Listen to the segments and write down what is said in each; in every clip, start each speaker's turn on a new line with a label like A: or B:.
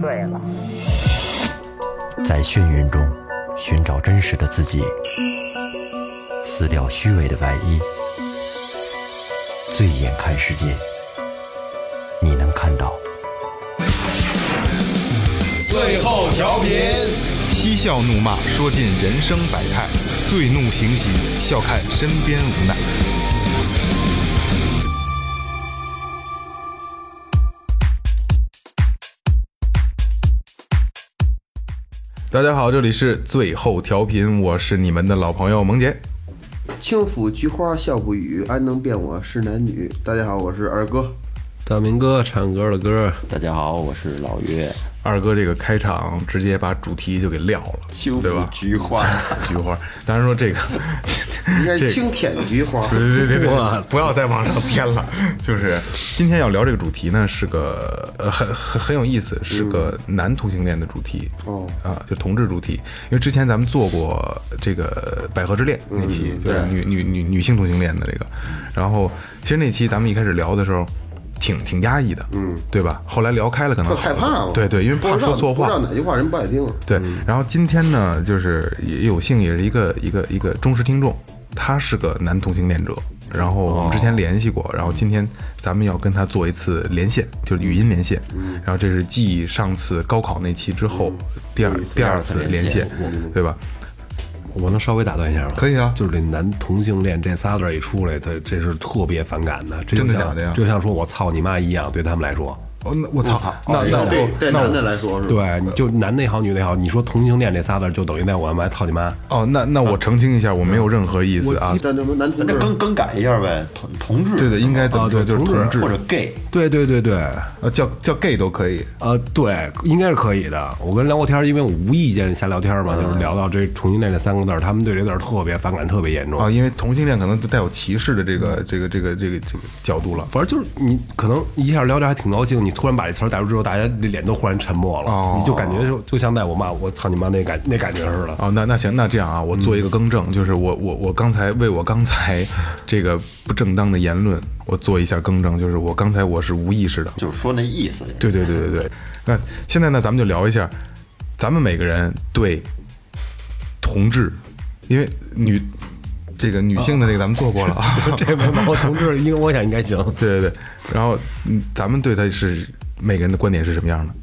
A: 对了，
B: 在眩晕中寻找真实的自己，撕掉虚伪的外衣，醉眼看世界，你能看到。
C: 最后调频，
D: 嬉笑怒骂，说尽人生百态；醉怒行喜，笑看身边无奈。大家好，这里是最后调频，我是你们的老朋友萌杰。
E: 轻抚菊花笑不语，安能辨我是男女？大家好，我是二 哥。
F: 大明哥唱歌的歌，
C: 大家好，我是老岳。
D: 二哥这个开场直接把主题就给撂了，
C: 秋
D: 对
C: 芙
D: 吧？
C: 菊花，
D: 菊花，当然说这个，
E: 应该
D: 这
E: 是
D: 个
E: 轻舔菊花，
D: 对对 对对，不要再往上添了。就是今天要聊这个主题呢，是个呃很很很有意思，是个男同性恋的主题
E: 嗯哦
D: 啊，就同志主题。因为之前咱们做过这个百合之恋那期，
E: 嗯
D: 就是女女女女性同性恋的这个。然后其实那期咱们一开始聊的时候。挺挺压抑的，嗯，对吧？后来聊开了，可能
E: 特害怕嘛。
D: 对对，因为
E: 不
D: 怕
E: 知道
D: 说错话，
E: 不知道哪句话人不爱听。
D: 对，然后今天呢，就是也有幸也是一个一个一个忠实听众，他是个男同性恋者，然后我们之前联系过，然后今天咱们要跟他做一次连线，就是语音连线，然后这是继上次高考那期之后第二嗯第二次连线，嗯对吧？
F: 我能稍微打断一下吗？
D: 可以啊
F: 就是这男同性恋这仨字儿一出来，他这是特别反感的，这就
D: 真的
F: 像
D: 假的呀
F: 就像说我操你妈一样，对他们来说，
D: 哦，那我操，那
E: 对
D: 那
E: 对
D: 我，
E: 对男的来说是吧？
F: 对，你就男的也好，女的也好，你说同性恋这仨字儿就等于在我妈操你妈，
D: 哦，那那我澄清一下，我没有任何意思啊，
E: 但这不男同
C: 那
E: 志
C: 更更改一下呗，同同志，
D: 哦对对，应该怎么说就是同志
C: 或，者 gay，
F: 对对对对，
D: 呃，叫叫 gay 都可以，
F: 呃，对，应该是可以的。我跟人聊过天儿，因为我无意间瞎聊天儿嘛，就是聊到这同性恋这三个字儿，他们对这字儿特别反感，特别严重。
D: 啊，因为同性恋可能就带有歧视的这个这个这个这个这个角度了。
F: 反正就是你可能一下聊着还挺高兴，你突然把这词儿打出之后，大家脸都忽然沉默了，
D: 哦
F: 你就感觉就就像在我骂我操你妈那感那感觉似的。
D: 哦，那那行，那这样啊，我做一
C: 嗯
D: 个更正，就是我我我刚才为我刚才这个不正当的言论，我做一下更正，就是我刚才我是无意识的。
C: 就是说那意思。
D: 对对对对对。那现在呢，咱们就聊一下，咱们每个人对同志，因为女这个女性的这个咱们做过了啊。
F: 这没毛同志，应该我想应该行。
D: 对对对，然后嗯，咱们对他是每个人的观点是什么样的？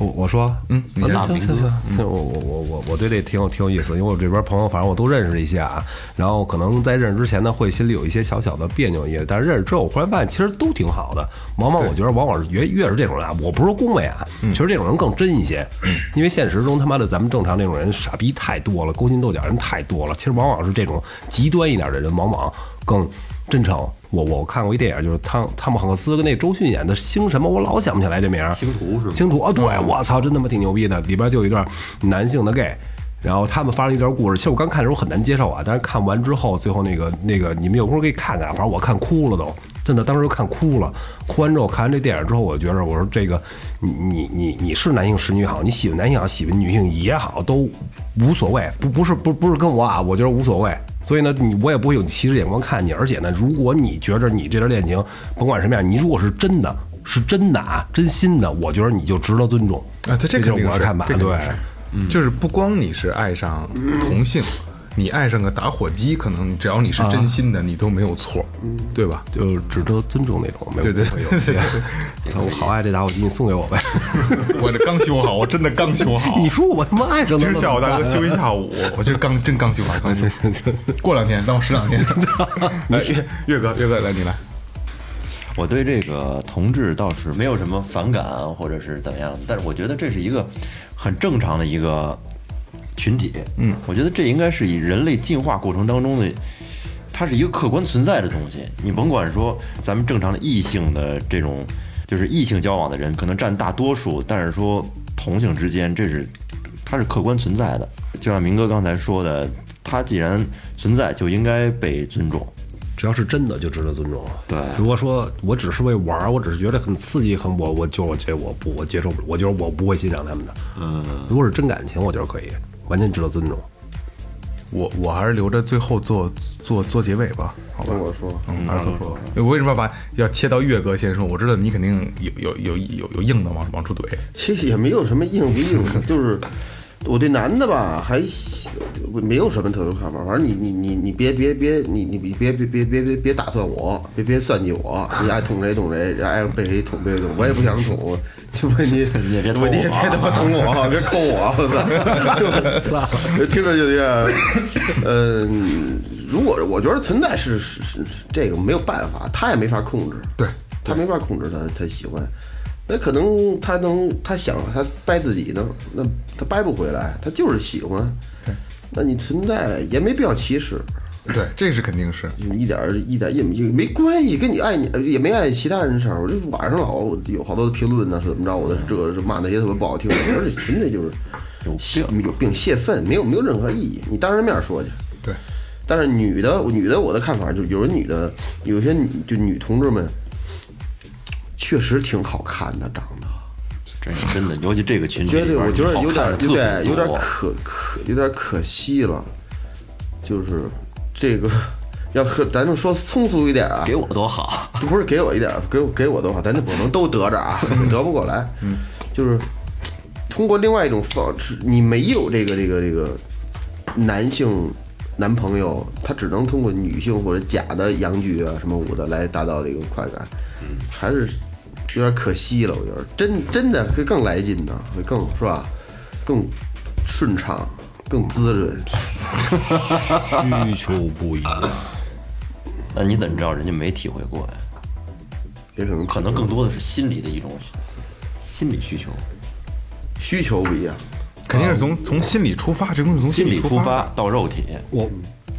F: 我我说，嗯，
D: 你
F: 那
D: 让
F: 行行行，行我我我我我对这挺有挺有意思，因为我这边朋友反正我都认识一些啊，然后可能在认识之前呢，会心里有一些小小的别扭也，但是认识之后，我忽然发现其实都挺好的。往往我觉得，往往是越越是这种人啊，我不是说恭维啊，其实这种人更真一些，因为现实中他妈的咱们正常这种人傻逼太多了，勾心斗角人太多了，其实往往是这种极端一点的人，往往更真诚。我我看过一电影，就是汤汤姆汉克斯跟那周迅演的《星什么》，我老想不起来这名儿。
C: 星途是吗嗯
F: 星途啊，对，我操，真他妈挺牛逼的。里边就有一段男性的 gay，然后他们发生一段故事。其实我刚看的时候很难接受啊，但是看完之后，最后那个那个，你们有空可以看看，反正我看哭了都，真的，当时就看哭了。哭完之后，看完这电影之后，我觉着我说这个，你你你你是男性是女好，你喜欢男性好，喜欢女性也好，都无所谓，不不是不不是跟我啊，我觉得无所谓。所以呢，你我也不会有歧视眼光看你，而且呢，如果你觉着你这段恋情，甭管什么样，你如果是真的，是真的啊，真心的，我觉得你就值得尊重
D: 啊，他这
F: 就
D: 肯
F: 是
D: 定
F: 我的
D: 是
F: 看法，
D: 这肯定
F: 对，嗯
D: 是就是不光你是爱上同性，你爱上个打火机，可能只要你是
F: 啊
D: 真心的，你都没有错，
F: 嗯
D: 对吧？
F: 就是值得尊重那种，没有
D: 对对
F: 没有对 操我好爱这打火机，你送 给我呗。
D: 我这刚修好，我真的刚修好
F: 你说我他妈爱上
D: 今
F: 他
D: 儿
F: 了
D: 下午
F: 怎么
D: 大
F: 办
D: 哥休一下 午，我今儿刚真刚修好，刚修好。过两天，当我十 两天。来，岳岳哥，岳哥，来你来。
C: 我对这个同志倒是没有什么反感啊，或者是怎么样，但是我觉得这是一个很正常的一个群体。嗯，我觉得这应该是以人类进化过程当中的，它是一个客观存在的东西。你甭管说咱们正常的异性的这种，就是异性交往的人可能占大多数，但是说同性之间，这是它是客观存在的。就像明哥刚才说的，它既然存在，就应该被尊重。
F: 只要是真的就值得尊重。啊
C: 对
F: 如果说我只是为玩儿，我只是觉得很刺激，很我我就我这我不我接受不了，我就是我不会欣赏他们的。嗯，如果是真感情，我觉得可以，完全值得尊重。
D: 我我还是留着最后做做做结尾吧，好吧
E: 跟？我说，
D: 嗯，二哥说，我为什么要把要切到岳哥先说？我知道你肯定有有有有有硬的往往出怼，
E: 其实也没有什么硬不硬的，就是我对男的吧，还行没有什么特殊看法。反正你你你你别别别，你你别别别别别别打算我，别别算计我，你爱捅谁捅谁，爱被谁捅被谁捅，我也不想捅，就问你
C: 你也别捅
E: 我，
C: 我
E: 你
C: 啊
E: 也别他妈捅我，别扣我，我操！我操！听着就有点，嗯，如果我觉得存在是是是这个没有办法，他也没法控制，
D: 对
E: 他没法控制他他喜欢，那可能他能他想他掰自己呢，那他掰不回来，他就是喜欢。那你存在也没必要歧视，
D: 对，这是肯定是，
E: 一点儿一点也没没关系，跟你爱你也没爱其他人的事儿。我这网上老有好多的评论呢，是怎么着？我的这个是骂那些特别不好听的，我说这纯粹就是有病，有病泄愤，没有没有任何意义。你当着面说去，
D: 对，
E: 但是女的，女的我的看法就是，有的女的，有些女就女同志们，确实挺好看的，长得。
C: 真是真的，尤其这个群体
E: 觉得
C: 里边儿，
E: 我觉得有点
C: 好看的
E: 有点
C: 特别
E: 有点
C: 多
E: 可可有点可惜了，就是这个 要是咱就说通俗一点啊，
C: 给我多 好，
E: 不是给我一点儿，给我给我多少，咱就不能都得着啊，得不过来。嗯，就是通过另外一种方式，你没有这个这个这个男性男朋友，他只能通过女性或者假的阳具啊什么舞的来达到这个快感，还是有点可惜了。我觉得真真的会更来劲呢，会更是吧，更顺畅，更滋润。
F: 需求不一样。
C: 那你怎么知道人家没体会过呀？
E: 也可能
C: 可能更多的是心理的一种心理需求，
E: 需求不一样，
D: 肯定是从从心理出发，这东西从
C: 心
D: 理
C: 理
D: 出
C: 出发到肉体，
F: 我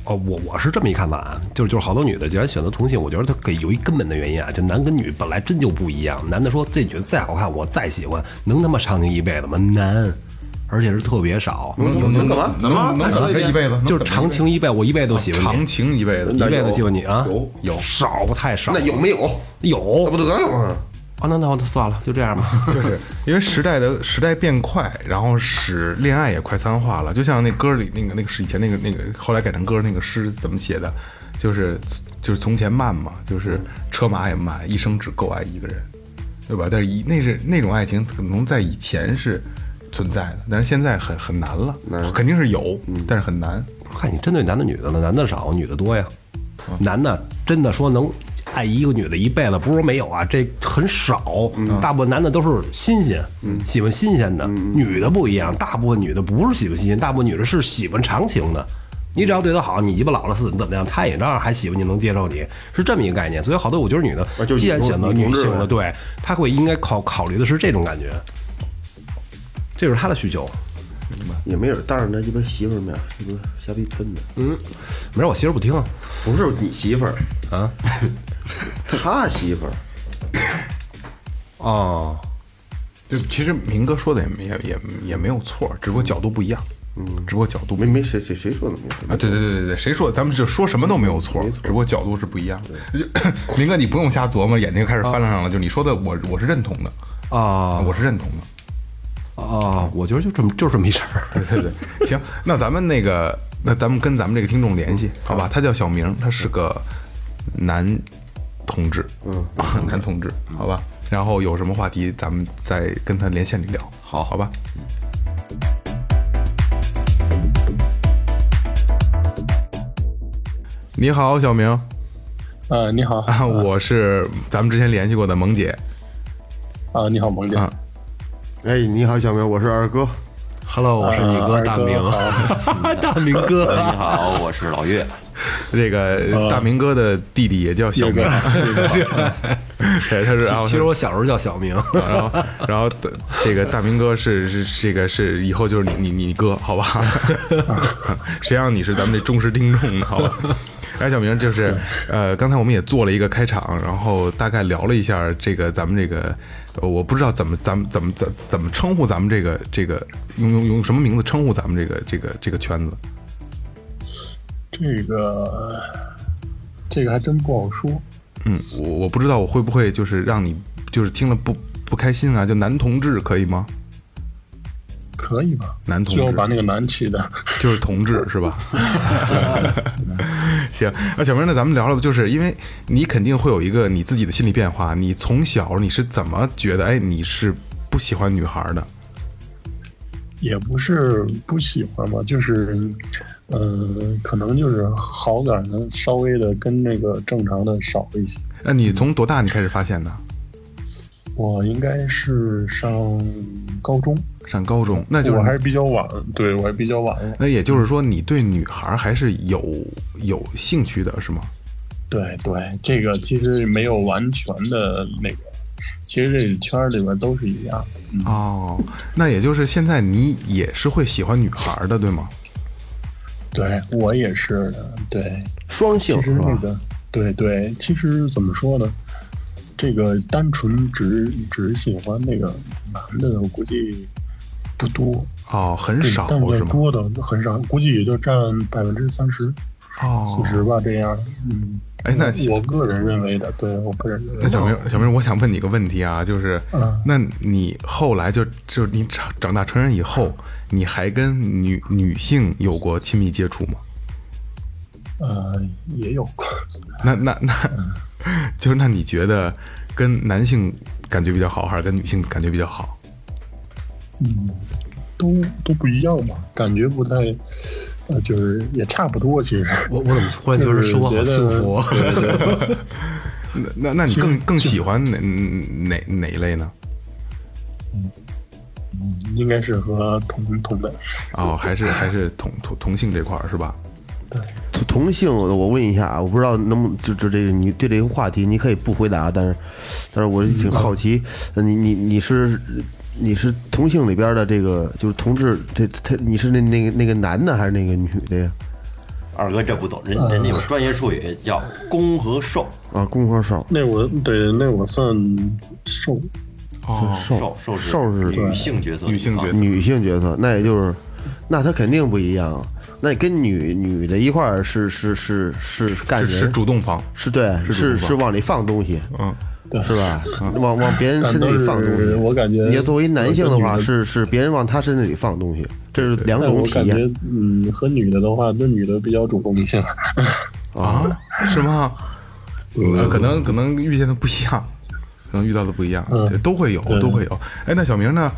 F: 哦，我我是这么一看法啊，就是就是好多女的既然选择同性，我觉得她可以有一根本的原因啊，就男跟女本来真就不一样。男的说这觉得再好看，我再喜欢，能他妈长情一辈子吗？难，而且是特别少，
E: 能能干嘛？
D: 能能
E: 啊
D: 能等这一辈子，能
F: 就是
D: 等
F: 长情一辈，我一辈子都喜欢
D: 长
F: 你，
D: 情一辈子，
F: 一辈子喜欢你啊，
E: 有
F: 有少太少，
E: 那有没有？
F: 有
E: 那不得了吗？
F: 啊？那那我算了，就这样吧。
D: 就是因为时代的时代变快，然后使恋爱也快餐化了。就像那歌里那个那个是以前那个那个后来改成歌那个诗怎么写的，就是就是从前慢嘛，就是车马也慢，一生只够爱一个人，对吧？但是以那是那种爱情可能在以前是存在的，但是现在很很难了，肯定是有，
F: 嗯
D: 但是很难。
F: 看你针对男的女的呢，男的少，女的多呀。
E: 嗯
F: 男的真的说能爱一个女的一辈子，不是说没有啊，这很少。
E: 嗯
F: 大部分男的都是新鲜，喜欢新鲜的。女的不一样，大部分女的不是喜欢新鲜，大部分女的是喜欢长情的。你只要对她好，你鸡巴老了是怎么怎么样，她也照样还喜欢你，能接受你，是这么一个概念。所以好多我觉得女的
E: 啊就，
F: 既然
E: 女
F: 选择
E: 女
F: 女
E: 同志
F: 性
E: 呗
F: 的，对，她会应该考考虑的是这种感觉，这就是她的需求。
E: 也没准儿当着他鸡巴媳妇儿面儿，鸡巴瞎逼喷的。
F: 没事，我媳妇不听。
E: 嗯不是你媳妇儿
F: 啊，
E: 他媳妇儿，
F: 哦，
D: 就其实明哥说的也也也也没有错，只不过角度不一样，嗯，只不过角度不一样
E: 没没谁谁谁说的没有
D: 啊，对对对对对，谁说咱们就说什么都没有错，只不过角度是不一样的。就 明哥，你不用瞎琢磨，眼睛开始翻上了。就你说的，我我是认同的
F: 啊
D: 我是认同的。
F: 哦，我觉得就这么就这么一事儿。
D: 对对对，行，那咱们那个，那咱们跟咱们这个听众联系，好
F: 嗯
D: 吧？他叫小明，他是个男同志，嗯，男同志，好吧？然后有什么话题，咱们再跟他连线里聊，好好吧？你好，小明。
A: 呃，你好，
D: 啊，我是咱们之前联系过的萌姐
A: 啊，你好，萌姐，
D: 啊，
E: 哎，你好，小明，我是二哥。
F: Hello，我是你哥
A: 啊二
F: 大
A: 哥
F: 明，大 明
C: 你
F: 哥，
C: 好，我是老岳，
D: 这
F: 呃
D: 个大明哥的弟弟也叫小明， 对，他是啊然后
F: 其实我小时候叫小明，
D: 然后然后这个大明哥是是是这个是以后就是你你你哥好吧，谁让你是咱们这忠实听众呢？好吧。哎，小明，就是，呃，刚才我们也做了一个开场，然后大概聊了一下这个咱们这个，呃我不知道怎么咱们怎么怎怎么称呼咱们这个这个用用用什么名字称呼咱们这个这个这个圈子，
A: 这个这个还真不好说，
D: 嗯，我我不知道我会不会就是让你就是听了不不开心啊？就男同志可以吗？
A: 可以吧？
D: 男同志
A: 最后把那个男起的，
D: 就是同志 是吧？ 行，那小明，那咱们聊聊吧，就是因为你肯定会有一个你自己的心理变化，你从小你是怎么觉得，哎，你是不喜欢女孩的？
A: 也不是不喜欢吧，就是，呃，可能就是好感能稍微的跟那个正常的少一些。
D: 那你从多大你开始发现的？
A: 我应该是上高中，
D: 上高中，那就是
A: 我还是比较晚，对我还比较晚了。
D: 那也就是说，你对女孩还是有有兴趣的，是吗？
A: 对对，这个其实没有完全的那个，其实这圈儿里边都是一样的。嗯
D: 哦，那也就是现在你也是会喜欢女孩的，对吗？
A: 对我也是的，对，
E: 双性
A: 其实
E: 是吧
A: 那？个，对对，其实怎么说呢？这个单纯只只喜欢那个男的，我估计不多，
D: 哦，很
A: 对
D: 少
A: 但
D: 是
A: 是
D: 吗？
A: 多的很少，估计也就占百分之三十、
D: 哦
A: 四，十吧，这样。嗯，
D: 哎那
A: 我我个人认为的，对我个人认为
D: 那
A: 的，
D: 小明，小明，我想问你个问题啊，就是，
A: 嗯
D: 那你后来就就你长长大成人以后，你还跟女女性有过亲密接触吗？
A: 呃，也有过。
D: 那那那， 就是那你觉得跟男性感觉比较好，还是跟女性感觉比较好？
A: 嗯，都都不一样吧，感觉不太，呃，就是也差不多，其实。
F: 我我怎么忽然觉得生活好幸福？
D: 那那那你更更喜欢哪哪哪一类呢？
A: 嗯应该是和同同类。
D: 哦，还是还是同同同性这块儿是吧？
E: 同同性，我问一下啊，我不知道能不就就这个你对这个话题你可以不回答，但是但是我挺好奇，呃你你你是你是同性里边的这个就是同志，这他你是那那个那个男的还是那个女的呀？
C: 二哥这不懂，人人家有专业术语叫攻和受，
E: 啊，公和少，
A: 那我对，那我算瘦，
D: 哦，
C: 受受是
E: 受是
C: 女性角色的
D: 女
C: 一方，
D: 性角色
E: 女性角色，那也就是，那他肯定不一样。那你跟女女的一块儿是是是是干
D: 是
E: 人，
D: 是主动方，
E: 是对，
D: 是
E: 是
D: 主动
E: 是往里放东西，
D: 嗯，
A: 对
E: 是吧？往往别人身体里放东
A: 但
E: 西，
A: 都是我感觉
E: 你要作为男性的话，
A: 我觉
E: 是是别人往他身体里放东西，这是两
A: 但
E: 种
A: 我
E: 体
A: 感
E: 验
A: 觉，嗯，和女的的话，那女的比较主动一些。
D: 啊，是吗？
A: 嗯
D: 呃，可能可能遇见的不一样，可能遇到的不一样，
A: 嗯
D: 对都会有，
A: 对
D: 都会有。哎，那小明呢？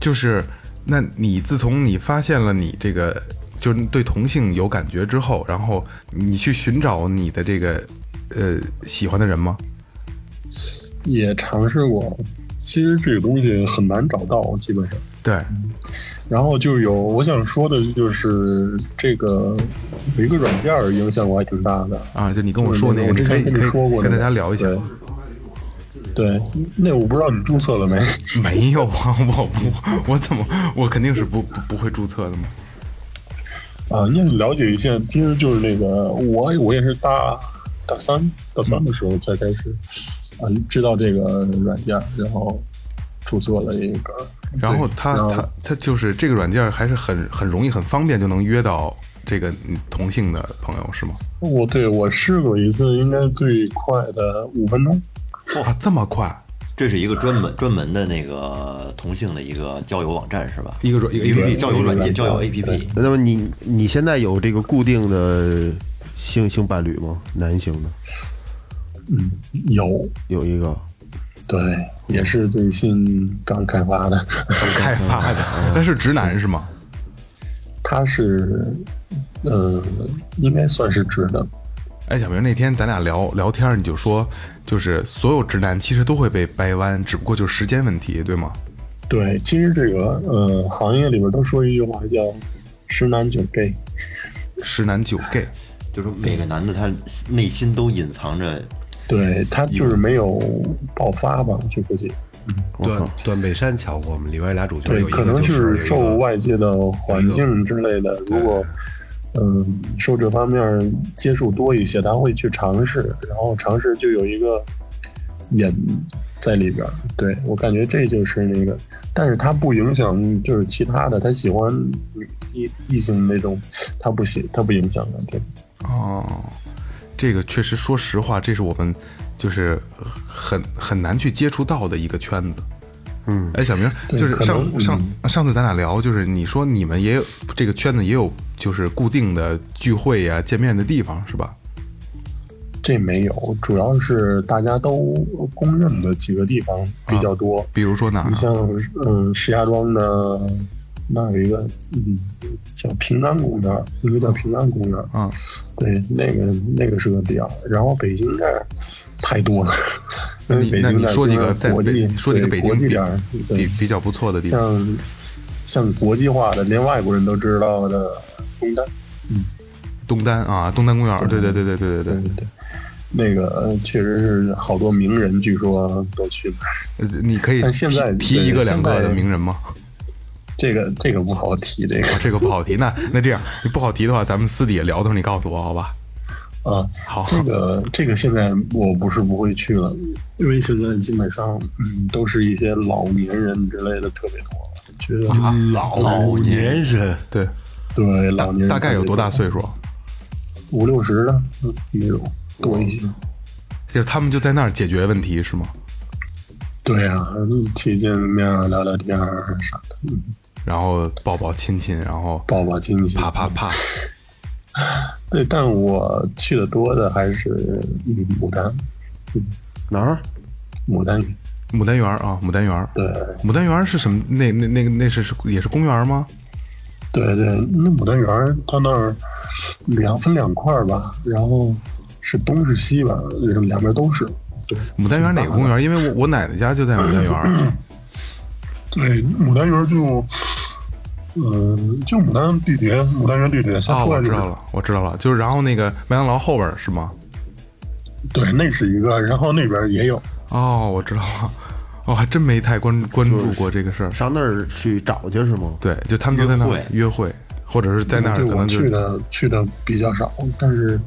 D: 就是，那你自从你发现了你这个，就是对同性有感觉之后，然后你去寻找你的这个，呃，喜欢的人吗？
A: 也尝试过，其实这个东西很难找到，基本上。
D: 对，
A: 然后就有我想说的就是这个有一个软件儿影响我还挺大的，
D: 啊，就你跟我说那个，
A: 对嗯我之
D: 可以
A: 前跟
D: 可以
A: 说过那个，
D: 跟大家聊一下。
A: 对。对，那我不知道你注册了没？
D: 没有啊，我不，我怎么，我肯定是不不不会注册的嘛。
A: 啊，你也了解一下，其实就是那个我我也是大大三大三的时候才开始啊知道这个软件，然后注册了一个，
D: 然后他
A: 然后
D: 他他就是这个软件还是很很容易很方便就能约到这个嗯同性的朋友是吗？
A: 我对我试过一次，应该最快的五分钟。
D: 哇，这么快！
C: 这是一个专门专门的那个同性的一个交友网站是吧？
D: 一个软一个
C: 一
D: A P
C: 个
D: P
C: 交友软件，交友 A P
A: 对
C: P。
E: 那么你你现在有这个固定的性性伴侣吗？男性的
A: 嗯，有，
E: 有一个，
A: 对，也是最新刚开发的，
D: 开发的，那是直男是吗？
A: 它是，呃，应该算是直的，
D: 哎，小明，那天咱俩聊聊天儿，你就说，就是所有直男其实都会被掰弯，只不过就是时间问题，对吗？
A: 对，其实这个呃，行业里边都说一句话叫“十男九 gay”，
D: 十男九 gay，
C: 就是每个男的他内心都隐藏着，
A: 对他就是没有爆发吧，就估计，
F: 断断背山瞧过，我们里边俩主角
A: 对
F: 有，一
A: 可
F: 个
A: 能
F: 就是是哎
A: 受外界的环境之类的，如果。嗯，受这方面接触多一些，他会嗯去尝试，然后尝试就有一个瘾嗯在里边儿。对我感觉这就是那个，但是他不影响就是其他的，他喜欢女异异性那种，他不喜他不影响的，对。
D: 哦，这个确实，说实话，这是我们就是很很难去接触到的一个圈子。
E: 嗯，
D: 哎，小明，
A: 对
D: 就是
A: 可
D: 上
A: 能嗯
D: 上上次咱俩聊，就是你说你们也有这个圈子也有就是固定的聚会呀、见面的地方是吧？
A: 这没有，主要是大家都公认的几个地方比较多。
D: 比如说哪儿
A: 你
D: 啊？
A: 像嗯石家庄的那有一个嗯叫平安公园，一
D: 嗯
A: 个叫平安公园，
D: 啊，
A: 对，那个那个是个点儿。然后北京这儿太多了，
D: 那
A: 因
D: 你
A: 为呃北
D: 那
A: 京
D: 你
A: 这儿
D: 说几
A: 就是
D: 个在
A: 国际
D: 北，说几个
A: 对
D: 北京
A: 国际
D: 比
A: 点儿，
D: 比
A: 对，
D: 比较不错的地方
A: 像像国际化的，连外国人都知道的东单，
D: 东单啊，东单公园，对对对对对对
A: 对对对。那个呃确实是好多名人，据说都去那儿。
D: 对，呃你可以
A: 但现在
D: 提提
A: 对
D: 一个两个
A: 现
D: 的
A: 在
D: 名人吗？
A: 这个这个不好提，这个
D: 啊， 这个不好提。那那这样，你不好提的话，咱们私底下聊的时候你告诉我好吧？
A: 啊，
D: 好，
A: 这个这个现在我不是不会去了，因为现在基本上嗯都是一些老年人之类的特别多，觉得
D: 嗯
F: 老
C: 老年
F: 人，
D: 对，
A: 对老年人
D: 大概有多大
A: 特
D: 岁数？
A: 别多？五六十的嗯也有多一些。
D: 就是他们就在那儿解决问题是吗？
A: 对啊，见见面儿聊聊天儿啥的，嗯
D: 然后抱抱亲亲，然后
A: 抱抱亲戚，
D: 啪啪啪，
A: 对，但我去的多的还是嗯牡丹，
E: 哪儿？
A: 牡丹
D: 牡丹园儿啊，牡丹园儿。
A: 对
D: 牡丹园儿是什么？那那那那是是也是公园吗？
A: 对对，那牡丹园儿它那儿两分两块儿吧，然后是东是西吧，就是两边都是。对
D: 牡丹园儿哪个公园儿？因为我我奶奶家就在牡丹 园儿。
A: 对，牡丹园儿就，嗯、就牡丹地铁，牡丹园地铁
D: 啊，
A: 下出
D: 我
A: 来就
D: 知
A: 是。
D: 道了，我知道了，就是然后那个麦当劳后边儿是吗？
A: 对，那是一个，然后那边也有。
D: 哦，我知道了，我还真没太关关注过这个事儿。
E: 上那儿去找去是吗？
D: 对，就他们都在那儿约会，嗯或者是在那儿
A: 对
D: 可
A: 我
D: 能就
A: 去的去的比较少，但是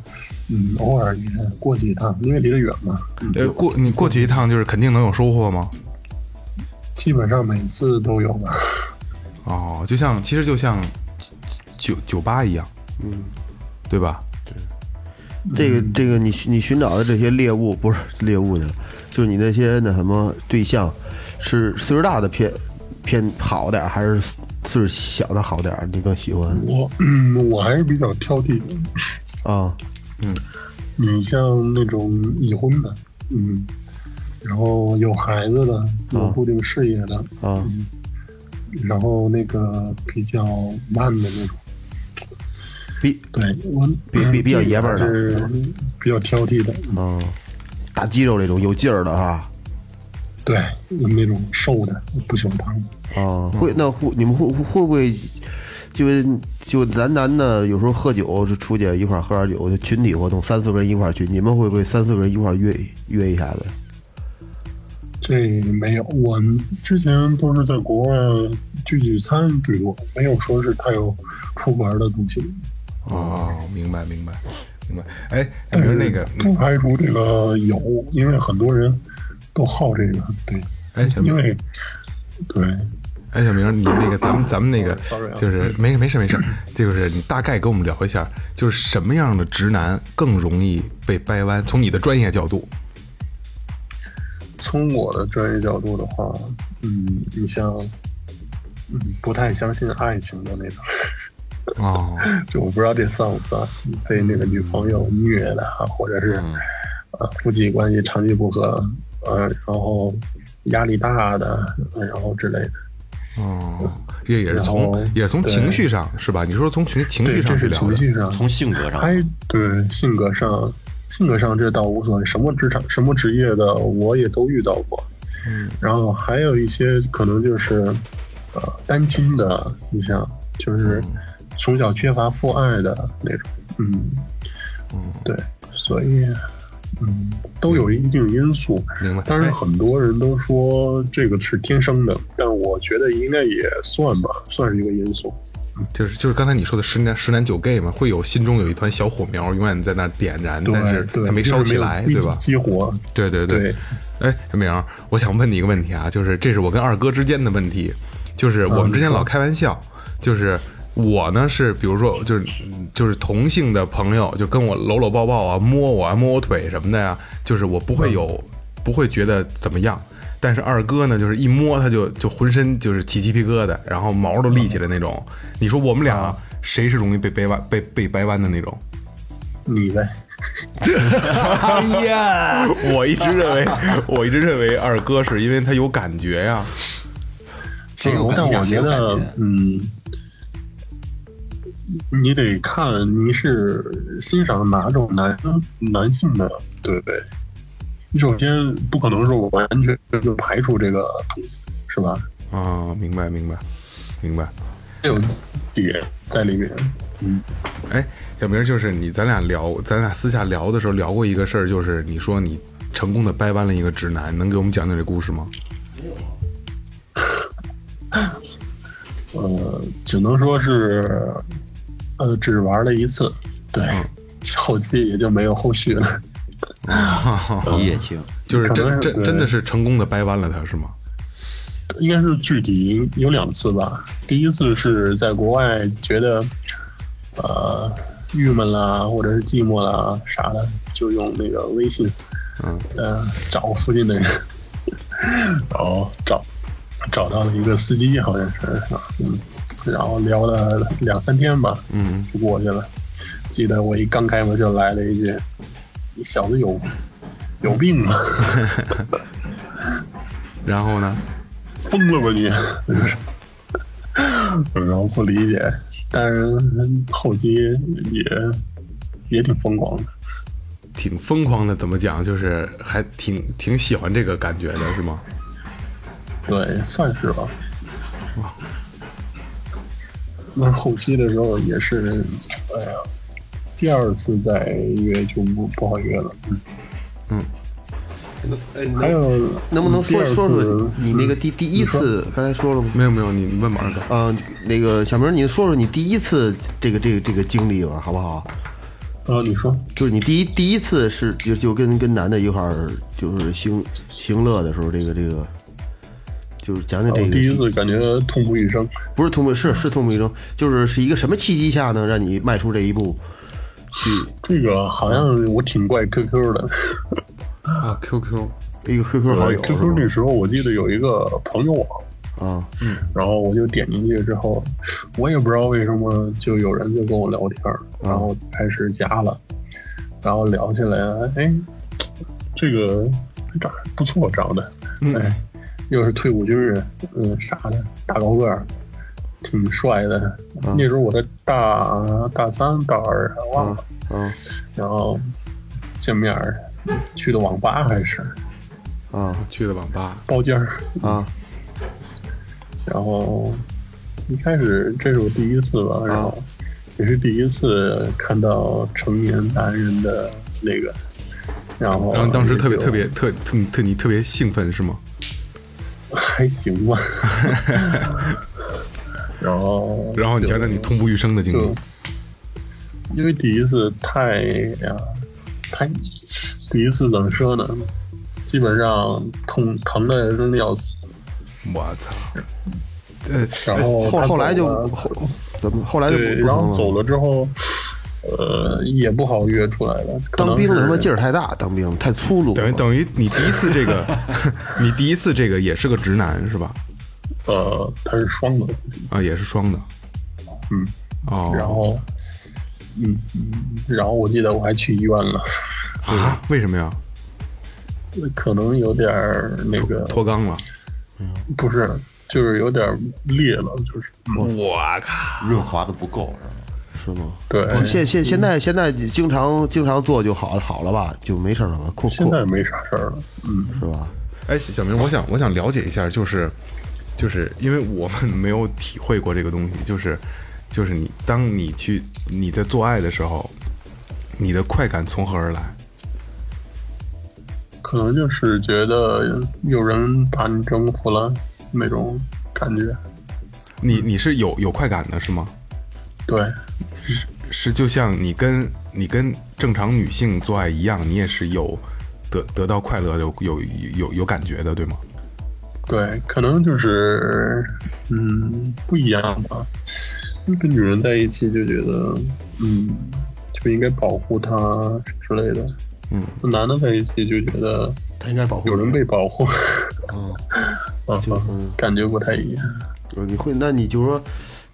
A: 嗯，偶尔也过去一趟，因为离得远嘛。
D: 呃过你过去一趟，就是肯定能有收获吗？
A: 基本上每次都有吧。
D: 哦，就像其实就像酒酒吧一样，
E: 嗯，
D: 对吧？
A: 嗯
E: 这个这个你寻你寻找的这些猎物不是猎物去了，就是你那些那什么对象，是岁数大的偏偏好点儿，还是岁数小的好点儿？你更喜欢
A: 我嗯，我还是比较挑剔的。
E: 啊？
A: 你像那种已婚的，嗯，然后有孩子的，有固定事业的，
E: 啊，
A: 然后那个比较慢的那种，
E: 比
A: 对我
E: 比比比较爷们儿的
A: 是比较挑剔的，
E: 啊，大肌肉这种有劲儿的哈
A: 对那种瘦的不喜欢胖的。
E: 啊，会那会你们会会不会就就咱男的有时候喝酒就出去一块儿喝点酒，就群体活动三四个人一块儿去，你们会不会三四个人一块儿约约一下子？
A: 这没有，我们之前都是在国外聚聚餐最多，没有说是太有出格的东西，
D: 哦，明白明白明白。哎，比
A: 但
D: 如
A: 是
D: 那个，
A: 不排除这个有，因为很多人都好这个，对。
D: 哎，小
A: 因
D: 明，
A: 为对，
D: 哎，小明，你那个咱们咱们那个
A: Sorry 啊
D: 就是没事没事没事，就是你大概跟我们聊一下，就是什么样的直男更容易被掰弯？从你的专业角度，
A: 从我的专业角度的话，嗯，你像，嗯，不太相信爱情的那种，
D: 哦，
A: 就我不知道这算不算被那个女朋友
D: 嗯
A: 虐的啊，或者是
C: 嗯
A: 呃夫妻关系长期不和，呃，然后压力大的，然后之类的，
D: 哦，这也是从
A: 然后
D: 也是从
A: 对
D: 情绪上是吧？你说从情情绪
A: 对，
D: 上
A: 这
D: 去
A: 是
D: 聊
A: 情
D: 的，
A: 绪上，
C: 从性格上，
A: 还对性格上。性格上这倒无所谓，什么职场、什么职业的我也都遇到过，
D: 嗯
A: 然后还有一些可能就是，呃，单亲的，你想，就是从小缺乏父爱的那种，嗯，
D: 嗯，
A: 对，所以，嗯，都有一定因素。
D: 明白。
A: 当然，
D: 哎
A: 很多人都说这个是天生的，但我觉得应该也算吧，算是一个因素。
D: 就是就是刚才你说的十男十男九 gay 嘛，会有心中有一团小火苗，永远在那儿点燃，
A: 对
D: 但是
A: 对，
D: 它没
A: 就是
D: 烧起来，
A: 激
D: 对吧？
A: 激活，
D: 对对
A: 对
D: 哎，小明儿，我想问你一个问题啊，就是这是我跟二哥之间的问题，就是我们之前老开玩笑，就是我呢是比如说就是就是同性的朋友就跟我搂搂抱抱啊，摸我啊，摸我腿什么的呀、就是我不会有、不会觉得怎么样。但是二哥呢，就是一摸他就就浑身就是起鸡皮疙瘩，然后毛都立起来那种。你说我们俩谁是容易被掰弯、被被掰弯的那种？
A: 你呗，
F: 哎呀，
D: 我一直认为，我一直认为二哥是因为他有感觉呀、
C: 谁有
A: 嗯但
C: 感觉？
A: 我
C: 谁
A: 觉
C: 有感
A: 得
C: 觉？，
A: 嗯，你得看你是欣赏哪种男男性的，对不对？你首先不可能说我完全就排除这个途径，是吧？
D: 啊。明白，明白，明白。
A: 这有点在里面。
D: 哎，小明，就是你，咱俩聊，咱俩私下聊的时候聊过一个事儿，就是你说你成功的掰弯了一个直男，能给我们讲讲这故事 吗？
A: 呃，只能说是，呃，只玩了一次，对，
C: 嗯
A: 后期也就没有后续了。
C: 一夜情，
D: 就是
A: 可
D: 真
A: 能是
D: 真
A: 对
D: 真的是成功的掰弯了他，是吗？
A: 应该是具体有两次吧。第一次是在国外觉得，呃，郁闷啦，或者是寂寞啦啥的，就用那个微信，
D: 嗯，
A: 呃，找附近的人，然后找找到了一个司机，好像是，啊嗯，然后聊了两三天吧，
D: 嗯，
A: 就过去了。记得我一刚开门就来了一句：“你小子有有病吧？
D: 然后呢？
A: 疯了吧你？” 然后不理解，但是后期也也挺疯狂的。
D: 挺疯狂的，怎么讲？就是还挺挺喜欢这个感觉的，是吗？
A: 对，算是吧。那后期的时候也是，哎呀，第二次再约就不不好约了。
E: 哎，
A: 还
E: 能
A: 有
E: 能不能
A: 第
E: 说
A: 二次
E: 说说你那个第第一
A: 你说
E: 次？刚才说了吗？
D: 没有没有，你你问吧，二哥。
E: 呃，那个小明，你说说你第一次这个这个这个经历吧，好不好？
A: 啊？你说
E: 就是你第一第一次是就就跟跟男的一块儿就是行行乐的时候，这个这个，就是讲讲
A: 我
E: 这个。
A: 哦第一次感觉痛不欲生。
E: 不是痛不是是痛不欲生，就是是一个什么契机下呢，让你迈出这一步？去
A: 这个好像我挺怪 QQ 的。
D: 啊，QQ，
E: 一个 QQ 好友是
A: QQ
E: 吧
A: 那时候我记得有一个朋友网，
E: 啊，
A: 然后我就点进去之后，我也不知道为什么就有人就跟我聊天儿，然
E: 嗯
A: 后开始加了，然后聊起来，哎，这个长得不错，长得，
E: 嗯
A: 哎，又是退伍军人，嗯，啥的，大高个儿，挺帅的。
E: 嗯
A: 那时候我在大大三、大二，忘了。
E: 啊
A: 然后见面儿，去的网吧还是
E: 啊
D: 去的网吧，
A: 包间儿，
E: 啊
A: 然后一开始这是我第一次吧，然
D: 啊
A: 后也是第一次看到成年男人的那个，然后
D: 然后当时特别
A: 就
D: 特别特特特你特别兴奋是吗？
A: 还 行吧，然后
D: 然后你
A: 就
D: 讲讲你嗯痛不欲生的经
A: 就
D: 历。
A: 因为第一次太哎呀、太第一次怎么说呢？基本上痛疼的真的要死，
D: 我操！呃，
A: 然后
E: 后
A: 他
E: 后来就
A: 走了
E: 后怎么后来就
A: 对，
E: 不不
A: 然后
E: 疼
A: 走
E: 了。
A: 了之后，呃，也不好约出来了。可
E: 当
A: 能
E: 兵的他妈
A: 是
E: 劲儿太大，当兵太粗鲁了。
D: 等于等于你第一次这个， 你第一次这个也是个直男是吧？
A: 呃，他是双的，
E: 哦
D: 啊，也是双的。
A: 嗯，
D: 哦，
A: 然后，嗯，然后我记得我还去医院了，
D: 啊，为什么呀？
A: 可能有点儿那个，
D: 脱肛了。
A: 不是，就是有点儿裂了，就是嗯
E: 哦
D: 我靠！
C: 润滑的不够是吗？
E: 是吗？
A: 对。
E: 哦现现现在现在经常经常做就好好了吧，就没事儿了吧？控
A: 现
E: 控
A: 在没啥事儿了，嗯，
E: 是吧？
D: 哎，小明，我想我想了解一下，就是就是因为我们没有体会过这个东西，就是就是你当你去你在做爱的时候，你的快感从何而来？
A: 可能就是觉得有人把你征服了那种感觉，
D: 你你是有有快感的是吗？
A: 对，
D: 是就像你跟你跟正常女性做爱一样，你也是有得得到快乐有有有有感觉的，对吗？
A: 对，可能就是，嗯，不一样吧。跟女人在一起就觉得，嗯，就应该保护她之类的。
D: 嗯，
A: 男的在一起就觉得
E: 他应该保护
A: 有人
E: 你哦嗯
A: 被保护， 啊，感觉不太一样。
E: 呃你会，那你就说，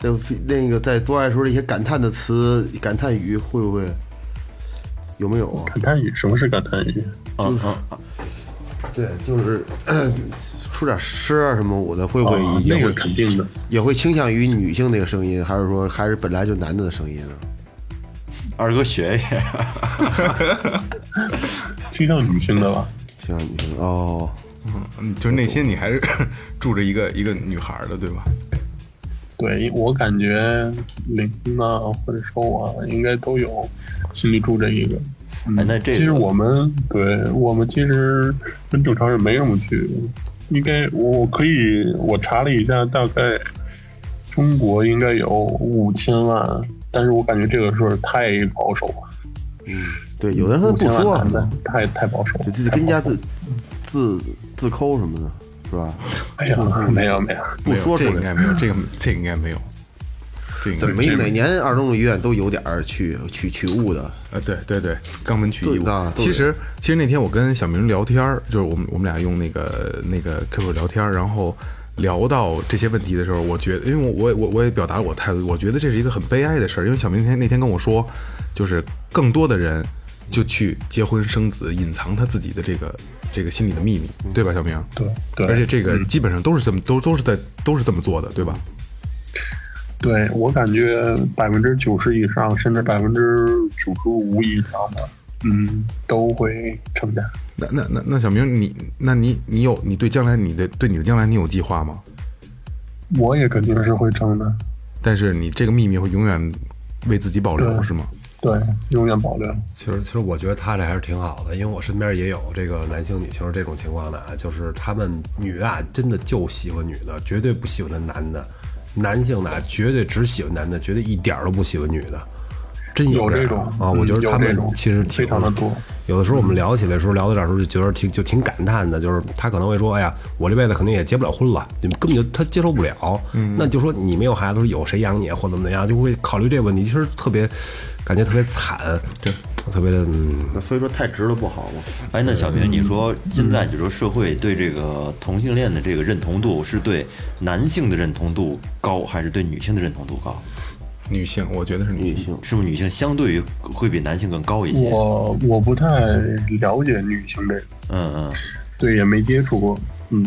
E: 那那个在做爱的时候的一些感叹的词、感叹语会不会有没有啊？
A: 感叹语，什么是感叹语？
E: 对，就是 咳出点诗啊什么我的，会不会
A: 啊
E: 也
A: 那
E: 会、
A: 个肯定的，
E: 也会倾向于女性那个声音，还是说还是本来就男的的声音啊？
C: 二哥学一下，
A: 倾向女性的吧？
E: 倾向于女性哦，
D: 嗯，就是内心你还是 住着一个一个女孩儿的，对吧？
A: 对我感觉林呐，或者说我应该都有心里住这一个。嗯
C: 哎那这个
A: 其实我们对我们其实跟正常人没什么区别。应该我可以我查了一下，大概中国应该有五千万，但是我感觉这个数太保守了，
E: 对，有的人他
A: 五
E: 不
A: 千
E: 说
A: 万
E: 啊
A: 嗯男，的太太保守了
E: 就。自跟家自自自抠什么的，是吧？
A: 哎呀，没有没有，
E: 不说
D: 没有这
E: 出
D: 个应
E: 来
D: 该。没有，这个这个应该没有，这个应该
E: 怎么每年二中医院都有点儿取取取物的，
D: 呃，对对对，肛门取义
E: 对
D: 务
E: 的。对
D: 其实其实那天我跟小明聊天儿，就是我们我们俩用那个那个 QQ 聊天儿，然后聊到这些问题的时候，我觉得，因为我我也我我也表达了我态度，我觉得这是一个很悲哀的事儿。因为小明那天那天跟我说，就是更多的人就去结婚生子，隐藏他自己的这个这个心里的秘密，
E: 嗯
D: 对吧，小明？
A: 对对，
D: 而且这个基本上都是这么都都是在都是这么做的，对吧？
A: 对我感觉百分之九十以上，甚至百分之九十五以上的，嗯，都会成家。
D: 那那那那小明，你那你你有你对将来你的对你的将来你有计划吗？
A: 我也肯定是会成的，
D: 但是你这个秘密会永远为自己保留，
A: 对
D: 是吗？
A: 对，永远保留。
F: 其实，其实我觉得他这还是挺好的，因为我身边也有这个男性、女性这种情况的啊，就是他们女的啊，真的就喜欢女的，绝对不喜欢那男的；男性的啊，绝对只喜欢男的，绝对一点儿都不喜欢女的。真
A: 有
F: 这
A: 这
F: 种
A: 种
F: 啊，我觉
A: 嗯
F: 得
A: 有
F: 他
A: 这
F: 们
A: 种
F: 其实挺
A: 非常的多。嗯
F: 有的时候我们聊起来的时候，聊到这儿的时候就觉得挺就挺感叹的，就是他可能会说：“哎呀，我这辈子肯定也结不了婚了，你们根本就他接受不了。”
A: 嗯
F: 那就说你没有孩子，有谁养你啊或怎么样，就会考虑这个问题。其实特别感觉特别惨，对，特别的嗯。
E: 那所以说太直了不好嘛。
C: 哎，那小明，你说现在就说社会对这个同性恋的这个认同度是对男性的认同度高，还是对女性的认同度高？
D: 女性，我觉得是女
E: 女
D: 性。
E: 性
C: 是不是女性相对于会比男性更高一些？
A: 我我不太了解女性这个，
C: 嗯
A: 对，也没接触过。嗯，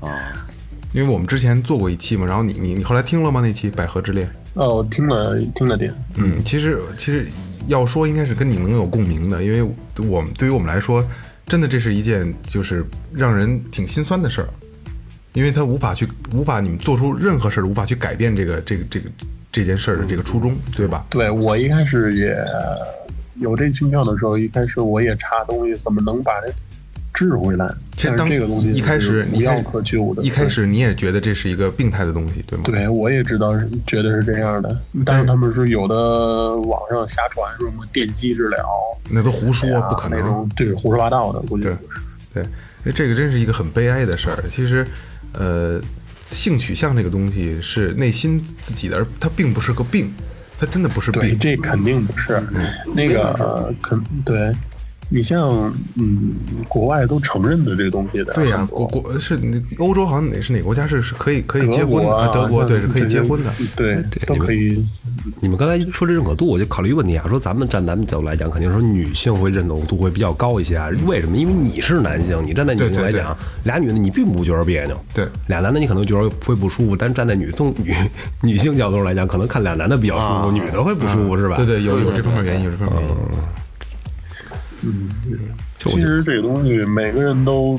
C: 嗯啊，
D: 因为我们之前做过一期嘛，然后你你你后来听了吗？那期《百合之恋》，
A: 哦，我听了听了点，
D: 嗯，其实其实要说应该是跟你能有共鸣的，因为我们对于我们来说，真的这是一件就是让人挺心酸的事儿，因为他无法去无法你们做出任何事儿，无法去改变这个这个这个这件事儿的这个初衷，对吧？
A: 对我一开始也有这倾向的时候，一开始我也查东西，怎么能把这治回来？
D: 其实
A: 但
D: 当
A: 是这个东西
D: 一开始
A: 是
D: 你
A: 无
D: 一开
A: 药
D: 始
A: 可救的，
D: 一开
A: 对
D: 始你也觉得这是一个病态的东西，对吗？
A: 对，我也知道是，觉得是这样的。
D: 嗯
A: 但是他们说有的网上瞎传说什么电击治疗，
D: 那都胡说，
A: 啊
D: 不可能。
A: 那种，对，胡说八道的，估计
D: 对对，那这个真是一个很悲哀的事儿。其实，呃，性取向这个东西是内心自己的，而它并不是个病，它真的不是
A: 对，
D: 病。
A: 这肯定不
D: 嗯
A: 是。那个呃肯对，你像嗯，国外都承认的这个东西的，
D: 对呀、
A: 很多
D: 国国是欧洲好像哪是哪个国家是是可以可以结
A: 德
D: 婚
A: 国
D: 的
A: 啊
D: 啊？德国
A: 像
D: 对是可以结婚的。嗯
A: 这些对，都
F: 你们
A: 可以。
F: 你们刚才说这认可度，我就考虑一个问题啊，说咱们站咱们角度来讲，肯定说女性会认同度会比较高一些啊。为什么？因为你是男性，你站在女性来讲，俩女的你并不觉得别扭，
D: 对
F: 俩男的你可能觉得会不舒服，但站在女 动女女性角度来讲，可能看俩男的比较舒服，女的会不舒服，是吧？
D: 对对，有有这方面原因，有这方面
A: 嗯
D: 原因。
F: 就我
A: 其
F: 觉得
A: 实这个东西每个人都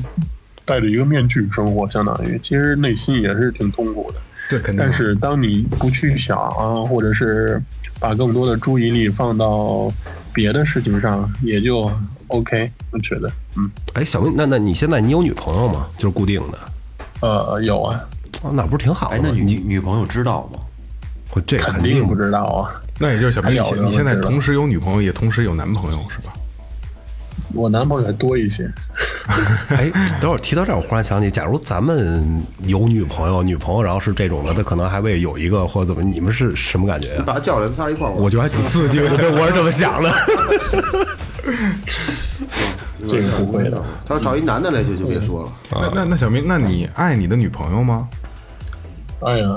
A: 戴着一个面具生活，相当于其实内心也是挺痛苦的。
D: 对，肯定。
A: 但是当你不去想，啊或者是把更多的注意力放到别的事情上，也就 OK。我觉得，嗯，
F: 哎，小明，那那你现在你有女朋友吗？就是固定的，
A: 呃，有啊，
F: 哦那不是挺好的
C: 哎
F: 吗？，
C: 那女
F: 你
C: 女朋友知道吗？
F: 我这
A: 肯
F: 肯
A: 定不
F: 是。
A: 知道啊。
D: 那也就是小明，
A: 还了得
D: 你你现在
A: 我知道
D: 同时有女朋友，也同时有男朋友，是吧？
A: 我男朋友还多一些，
F: 哎，等会儿提到这儿，我忽然想起，假如咱们有女朋友，女朋友然后是这种的，她可能还会有一个或者怎么，你们是什么感觉
E: 你
F: 呀、
E: 把他叫来， 仨一块儿玩。
F: 我觉得还挺刺激的，对，我是这么想的。嗯
A: 这个不会的。
E: 他要找一男的来就就别说了，
D: 那那那小明，那你爱你的女朋友吗？
A: 哎呀，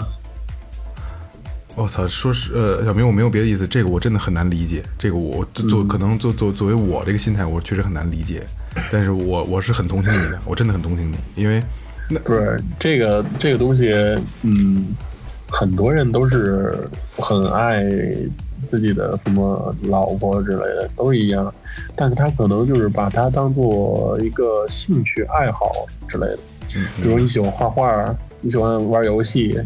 D: 我操，说是呃，小明，我没有别的意思，这个我真的很难理解。这个我作作可能作作作为我这个心态，我确实很难理解。但是我我是很同情你的，我真的很同情你，因为那
A: 不是这个这个东西，嗯，很多人都是很爱自己的什么老婆之类的，都一样，但是他可能就是把它当做一个兴趣爱好之类的，比如你喜欢画画，你喜欢玩游戏，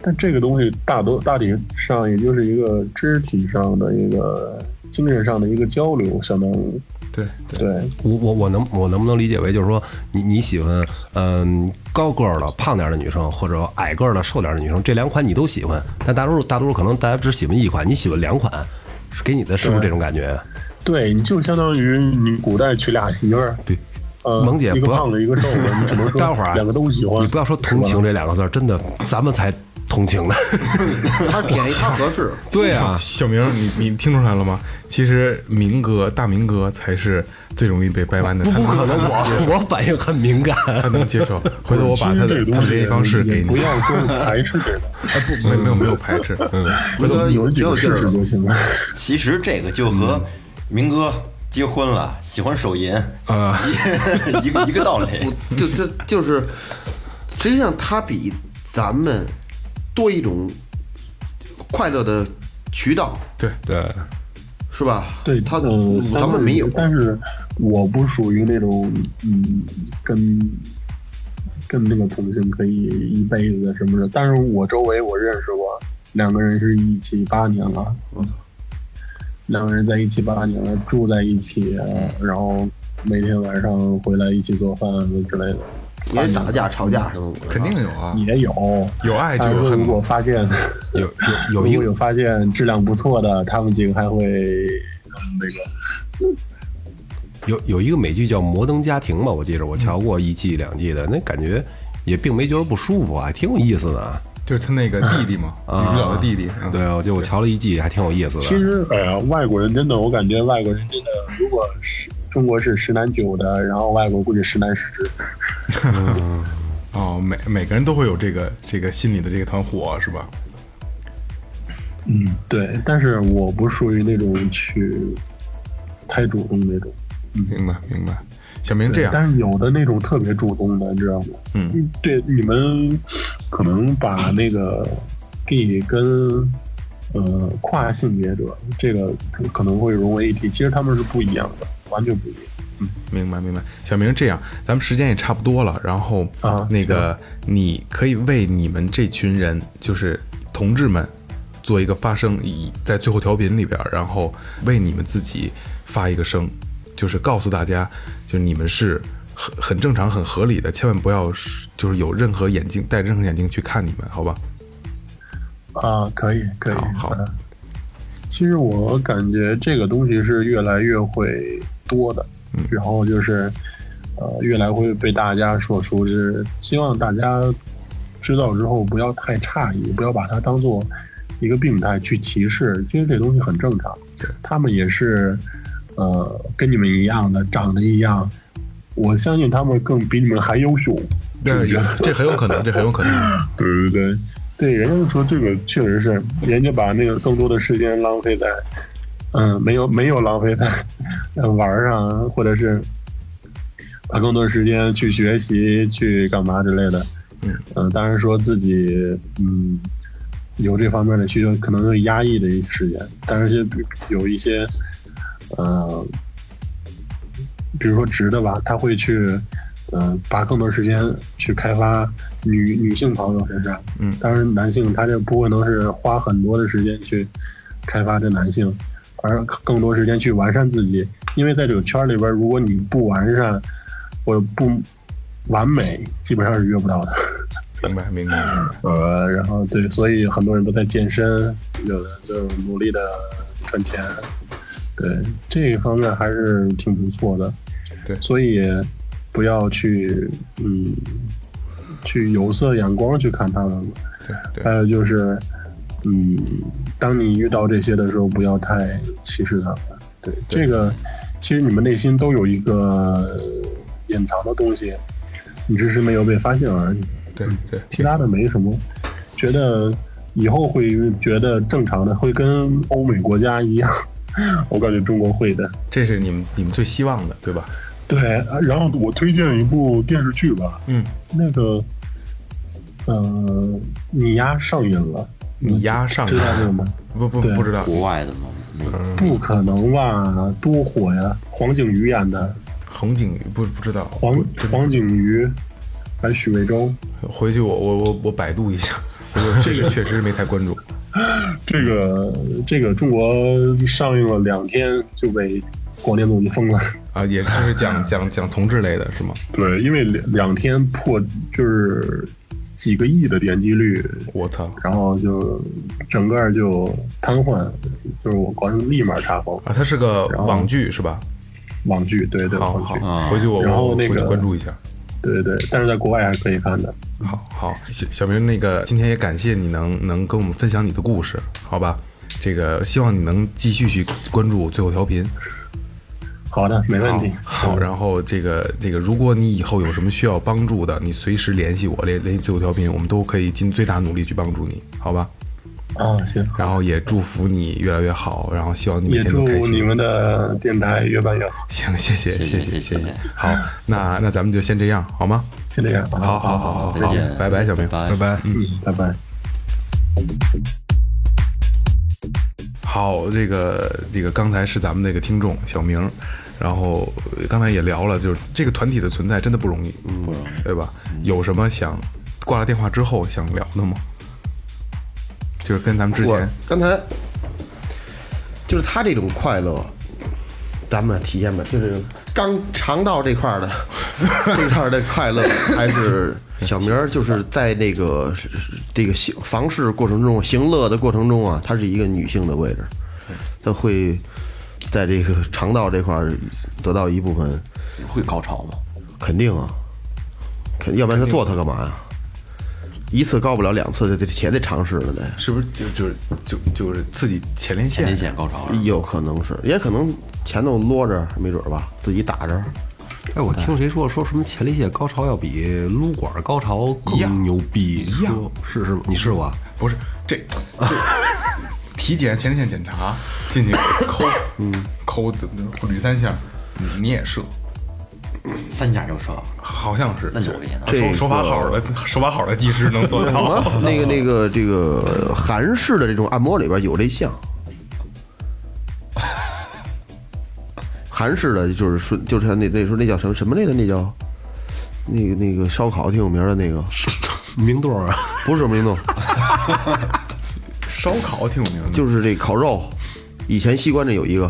A: 但这个东西大多大体上也就是一个肢体上的一个精神上的一个交流，相当于
D: 对对
A: 对，
F: 我我我能我能不能理解为就是说你你喜欢嗯、高个儿的胖点儿的女生，或者矮个儿的瘦点儿的女生，这两款你都喜欢，但大多数大多数可能大家只喜欢一款，你喜欢两款，是给你的是不是这种感觉？啊
A: 对，你就相当于你古代娶俩媳妇儿，
F: 对，
A: 呃，
F: 萌姐
A: 一个
F: 不要
A: 胖子一个瘦的，你只能 说
F: 待会儿啊
A: 两个都喜欢。
F: 你不要说同情这两个字儿，真的咱们才同情呢。
E: 他便宜他合适，
D: 对啊，小明，你你听出来了吗？其实明哥大明哥才是最容易被掰弯的，
F: 不
D: 他
F: 不
D: 能
F: 可能，我我反应很敏感。
D: 他能接受。回头我把他
A: 其
D: 的
A: 实这个
D: 他
A: 东
D: 的
A: 西
D: 联系方式给
A: 也
D: 你
A: 不。要说是排斥 这个，
D: 哎不，没没有没有排斥，嗯，
E: 明哥有
A: 你
E: 挺有
A: 就
E: 劲
A: 试
E: 儿
A: 试
E: 的，
A: 就行了。
C: 其实这个就和明哥结婚了，喜欢手淫
F: 呃
C: 啊，一个一个道理。
E: 不就这就是，实际上他比咱们多一种快乐的渠道，
D: 对
F: 对，
E: 是吧？
A: 对
E: 他
A: 嗯，
E: 咱们没有，
A: 但是我不属于那种嗯，跟跟那个同性可以一辈子什么的。但是我周围我认识过两个人是一起八年了，两个人在一起八年了，住在一起，啊然后每天晚上回来一起做饭啊之类的
E: 也打架吵架什么的，
D: 肯定有啊，
A: 也有。
D: 有爱就
A: 但
D: 有
A: 是如
D: 恨
A: 果
D: 嘛。
A: 发现
F: 有有有一
A: 如
F: 个
A: 果有发现质量不错的，他们几个还会嗯那个。
F: 有有一个美剧叫《摩登家庭》吧，我记着我瞧过一季两季的，那感觉也并没觉得不舒服啊，还挺有意思的啊。
D: 就是他那个弟弟嘛，女主角的弟弟，嗯
F: 对，我就我瞧了一季，还挺有意思
A: 其
F: 的。
A: 实，哎呀，外国人真的，我感觉外国人真的，如果是中国是十男九的，然后外国估计十男十。
D: 哦，每每个人都会有这个这个心里的这个团火，是吧？
A: 嗯，对。但是我不属于那种去太主动那种。
D: 明白明白。小明这样，
A: 但是有的那种特别主动的，你知道吗？
D: 嗯，
A: 对，你们可能把那个 gay 跟呃跨性别者这个可能会融为一体，其实他们是不一样的，完全不一样。
D: 明白明白，小明这样，咱们时间也差不多了，然后
A: 啊
D: 那个你可以为你们这群人，就是同志们，做一个发声，以在最后调频里边儿，然后为你们自己发一个声，就是告诉大家，就是你们是很很正常、很合理的，千万不要是就是有任何眼睛戴任何眼睛去看你们，好吧？
A: 啊，可以，可以，
D: 好好
A: 嗯其实我感觉这个东西是越来越会多的，
D: 嗯
A: 然后就是呃，越来会被大家所熟知。希望大家知道之后不要太诧异，不要把它当做一个病态去歧视。其实这东西很正常，他们也是呃跟你们一样的，长得一样。我相信他们更比你们还优秀。
D: 但是这很有可能，这很有可能。
A: 对对对，对，人家说这个确实是，人家把那个更多的时间浪费在，嗯，没有没有浪费在 呃玩儿上，或者是把更多的时间去学习、去干嘛之类的。
D: 嗯
A: 呃当然说自己嗯有这方面的需求，可能是压抑的一时间，但是就有一些呃，比如说直的吧，他会去。嗯，把更多时间去开发女女性朋友身上，
D: 嗯
A: 当然男性他就不可能是花很多的时间去开发这男性，而更多时间去完善自己，因为在这个圈儿里边儿，如果你不完善或者不完美，基本上是约不到的。
D: 明白明白明白。
A: 呃，然后对，所以很多人都在健身，有的就努力的赚钱，对这一方面还是挺不错的。
D: 对
A: 所以不要去嗯，去有色眼光去看他们了。
D: 对对
A: 还。有就是，嗯，当你遇到这些的时候，不要太歧视他们。对，这个其实你们内心都有一个呃隐藏的东西，你只是没有被发现而已。
D: 对对，
A: 其他的没什么。觉得以后会觉得正常的，会跟欧美国家一样。 我感觉中国会的。
D: 这是你们你们最希望的，对吧？
A: 对，然后我推荐一部电视剧吧，
D: 嗯，
A: 那个，呃，你丫上瘾了，
D: 你丫上嗯
A: 嗯知道这个吗？
D: 不不
A: 对
D: 不知道，
C: 国外的吗？没有
A: 不可能吧，多火呀！黄景瑜演的，
D: 红警不不知道，
A: 黄
D: 我真的
A: 黄景瑜，还有许魏洲，
D: 回去我我我我百度一下， 我这个确实没太关注。
A: 这个这个中国上映了两天就被广电总局封了。
D: 啊，也就是讲讲讲同志类的是吗？
A: 对，因为两两天破就是几个亿的点击率，
D: 我操
A: 然后就整个就瘫痪，就是我管立马查封
D: 啊，它是个
A: 然后
D: 网剧是吧？
A: 网剧，对对，
D: 好
A: 网剧，
D: 好，回去我
A: 然后
D: 我
A: 那
D: 回去
A: 个
D: 关注一下。
A: 对对对，但是在国外还是可以看的。
D: 好好，小小明，那个今天也感谢你能能跟我们分享你的故事，好吧？这个希望你能继续去关注最后调频，
A: 好的，没问题。
D: 好，好然后这个这个，如果你以后有什么需要帮助的，你随时联系我，联联系最后调频，我们都可以尽最大努力去帮助你，好吧？
A: 啊，行，
D: 然后也祝福你越来越好，然后希望你每
A: 也
D: 天都
A: 祝
D: 开心。
A: 你们的电台越办越好，
D: 行，谢谢，谢
C: 谢谢
D: 谢，谢
C: 谢谢
D: 谢。好，那那咱们就先这样，好吗？
A: 就这样啊。
D: 好好好好，
C: 再见
D: 好拜拜，小明，
C: 拜
D: 拜拜，嗯。
A: 嗯，拜拜。
D: 好，这个这个刚才是咱们那个听众小明儿，然后呃刚才也聊了，就是这个团体的存在真的不容易，嗯，不容易，对吧？有什么想挂了电话之后想聊的吗？就是跟咱们之
E: 我
D: 前
E: 刚才就是他这种快乐，咱们体验吧，就是刚肠道这块 儿的这块儿的快乐，还是小明儿就是在那个是是这个行房事过程中、行乐的过程中啊，她是一个女性的位置，她会在这个肠道这块儿得到一部分
C: 会高潮吗？
E: 肯定啊，肯要不然她做它干嘛呀？一次高不了两次，得得且得尝试了得。
D: 是不是就就是就就是自己前列
C: 前列
D: 腺
C: 腺高潮，
E: 有可能是，也可能前头摞着，没准儿吧，自己打着。
F: 哎，我听谁说说什么前列腺高潮要比撸管高潮更牛逼？一
D: 样
F: 是是吗？你试过啊？
D: 不是这 这体检前列腺检查进去抠，嗯，抠捋三下，你你也射，
C: 三下就射了，
D: 好像是
C: 那牛逼呢？
E: 这
D: 手手法
E: 个
D: 好的手法好的技师能 做
E: 那什
D: 到。
E: 么，啊那个那个这个韩式的这种按摩里边有这项，韩式的就是顺，就是他那那时候那叫什么什么来着？那叫那个那个烧烤挺有名的那个，
F: 明洞啊，
E: 不是明洞，
D: 烧烤挺有名的，
E: 就是这烤肉。以前西关这有一个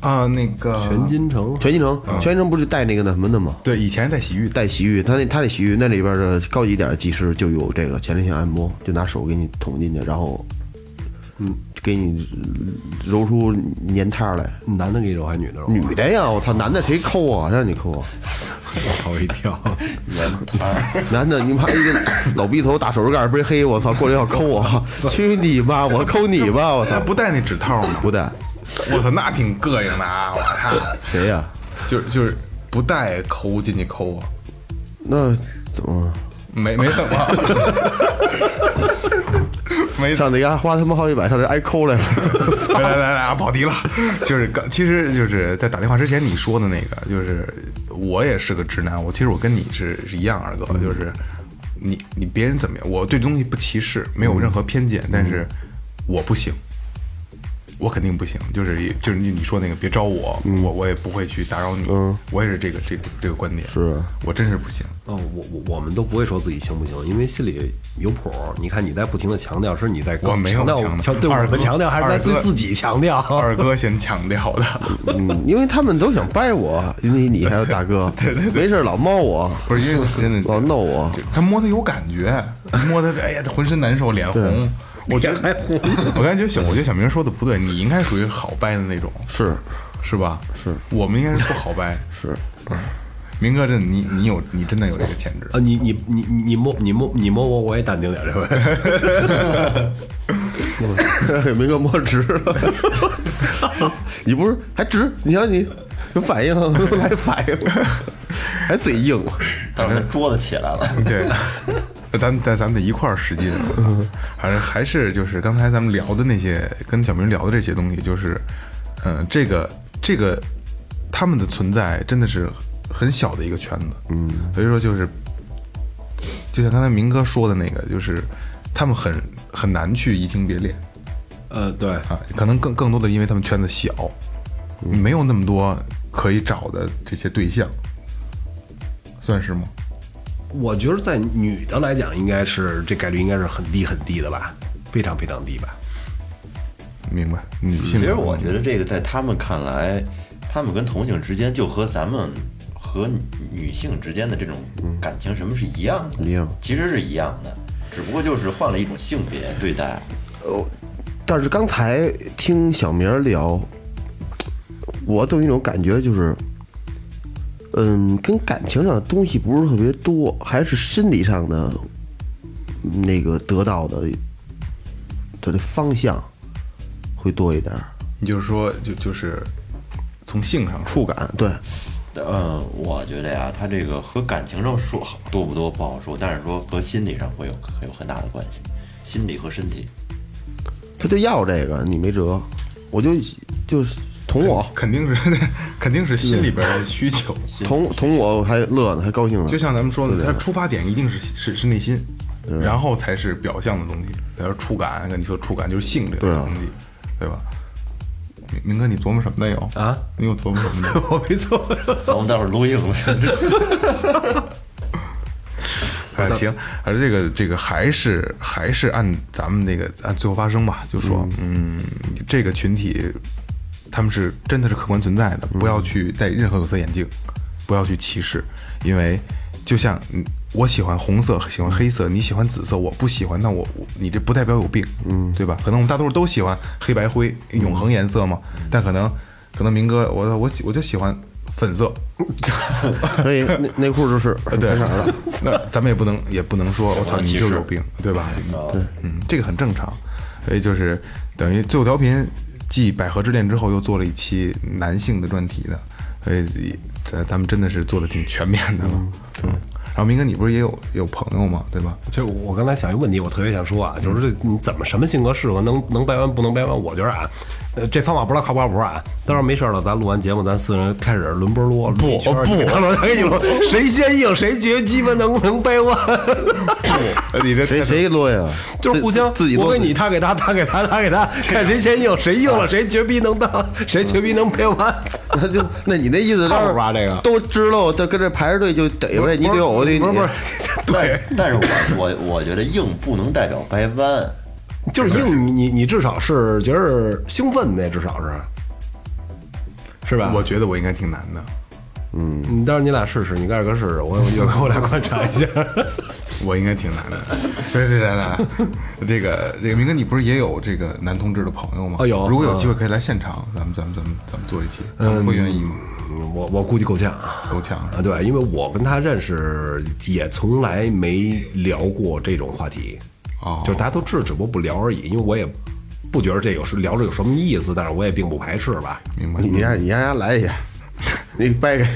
D: 啊，那个
F: 全金城
E: 全金城，全金城不是带那个那什么的吗？
D: 对，以前在洗浴，
E: 带洗浴，他那他那洗浴那里边的高级点的技师就有这个前列腺按摩，就拿手给你捅进去，然后，嗯，给你揉出粘塌来。
F: 男的给你揉还是女的揉？
E: 女的呀，我操，男的谁抠啊？让你抠啊？
F: 吓我一跳。
E: 男的，你妈一个老逼头打手指盖儿倍儿黑，我操，过来要抠我，去你妈，我抠你吧，我
D: 他
E: 操，
D: 不戴那指套 吗？
E: 不带
D: 我操，那挺膈应的啊！我操，
E: 谁呀、
D: 就是就是不戴抠进去抠啊，
E: 那怎么
D: 没没怎 么，没怎么
E: 上那家花他妈好几百上这挨抠来 了？
D: 来来来来啊，跑题了，就是刚，其实就是在打电话之前你说的那个，就是我也是个直男，我其实我跟你是是一样，二
E: 嗯
D: 哥，就是你你别人怎么样，我对这东西不歧视，没有任何偏
E: 嗯
D: 见，但是我不行，我肯定不行，就是也就是你你说那个别招我，
E: 嗯
D: 我我也不会去打扰你，我也是这个这个这个观点，
E: 是
D: 我真是不行，
F: 哦，我我我们都不会说自己行不行，因为心里有谱儿。你看你在不停的强调，是你在
D: 我没有强
F: 强调
D: 调
F: 强对我
D: 二哥
F: 们强调，还是在对
D: 二哥
F: 自己强调？
D: 二哥先强调 的。
E: 嗯，因为他们都想掰我，你你还有大哥，没事儿老猫我，
D: 不是因为真的
E: 老弄哦我。
D: 他摸他有感觉，摸他哎呀，他浑身难受，脸红。我觉得，我感觉小，我觉得小明说的不对，你应该属于好掰的那种，
E: 是
D: 是吧？是，我们应该是不好掰。是，明哥，这你你有你真的有这个潜质。
F: 啊，你你你你摸你摸你摸我，我也淡定点这回。
E: 没个摸直了， 你不是还直？你瞧你有反应，啊 来反应， 还贼硬。
C: 但是那桌子起来了，
D: 对， 咱咱咱们得一块儿使劲。反正还是就是刚才咱们聊的那些，跟小明聊的这些东西，就是，嗯、这个这个他们的存在真的是很小的一个圈子，嗯，所以说就是，就像刚才明哥说的那个，就是他们很很难去移情别恋，
F: 呃，对，
D: 啊，可能更更多的因为他们圈子小，没有那么多可以找的这些对象，算是吗？
F: 我觉得在女的来讲，应该是这概率应该是很低很低的吧，非常非常低吧。
D: 明白，女性。
C: 其实我觉得这个在他们看来，他们跟同性之间就和咱们和女性之间的这种感情什么是一样的，
E: 一样
C: 其实是一样的，只不过就是换了一种性别对待。
E: 但是刚才听小明儿聊，我总有一种感觉就是，嗯，跟感情上的东西不是特别多，还是身体上的嗯那个得到的它的方向会多一点儿。
D: 你就是说，就就是从性上
E: 触感对，
C: 嗯，我觉得呀，他这个和感情上说好多不多不好说，但是说和心理上会有会有很大的关系，心理和身体。
E: 他就要这个，你没辙，我就就是捅我，
D: 肯定是 肯定是心里边的需求，
E: 捅捅我，我还乐呢，还高兴呢。
D: 就像咱们说的，它出发点一定是是是内心，然后才是表象的东西。比如说触感，跟你说触感就是性这
E: 对
D: 个
E: 啊
D: 东西，对吧？明明哥，你琢磨什么呢？有
F: 啊？
D: 你有琢磨什么呢？
F: 我没错，
C: 咱们待会儿录 音了，
D: 啊，行，而这个这个还是还是按咱们那个按最后发生吧，就说嗯这个群体他们是真的是客观存在的，不要去戴任何有色眼镜，不要去歧视，因为就像嗯我喜欢红色，喜欢黑色，你喜欢紫色，我不喜欢，那我我你这不代表有病，嗯，对吧？可能我们大多数都喜欢黑白灰永恒颜色嘛，但可能可能明哥我我喜我就喜欢粉色，
E: 所以内内裤就是
D: 对， 那咱们也不能也不能说我操你就有病，对吧？对，嗯，这个很正常。所以就是等于最后调频继《百合之恋》之后，又做了一期男性的专题的，所以咱咱们真的是做的挺全面的了。嗯，然后明哥，你不是也有有朋友吗？对吧？
F: 就是我刚才想一个问题，我特别想说啊，就是这你怎么什么性格适合能能掰弯不能掰弯？我觉得啊，呃，这方法不知道靠谱不靠谱啊。到时候没事了，咱录完节目，咱四个人开始轮播撸，不不，我给你录， 谁先硬谁觉鸡巴能能掰弯，
D: 呃你这
E: 谁谁落呀？
F: 就是互相
E: 自自己
F: 我
E: 落
F: 给你，他给他，他给他，他给他，
E: 啊
F: 看谁先硬，谁硬了谁绝逼能当，谁绝逼能掰弯。
E: 那就那你那意思
F: 靠
E: 就是
F: 谱吧这个
E: 都知道，就跟这排着队就逮呗， 你怼我，我怼你。
F: 不是不 是，对，
C: 但但是我我我觉得硬不能代表掰弯，
F: 就是硬，你你你至少是觉得兴奋呗，至少是，是吧？
D: 我觉得我应该挺难的。
F: 你到时候你俩试试，你跟二哥试试，我我就跟我俩观察一 下。
D: 我应该挺难的，对对对对，这个这个明哥，你不是也有这个男同志的朋友吗？
F: 哦有
D: 如果啊有嗯机会可以来现场，咱们咱们咱们咱们做一期，他们会愿意吗？
F: 嗯我我估计够呛啊，
D: 够呛是吧
F: 啊，对，因为我跟他认识也从来没聊过这种话题，
D: 哦
F: 就是大家都知道，只不过不聊而已，因为我也不觉得这有是聊着有什么意思，但是我也并不排斥吧。
D: 明白。
E: 你让你让人家来一下，你掰开，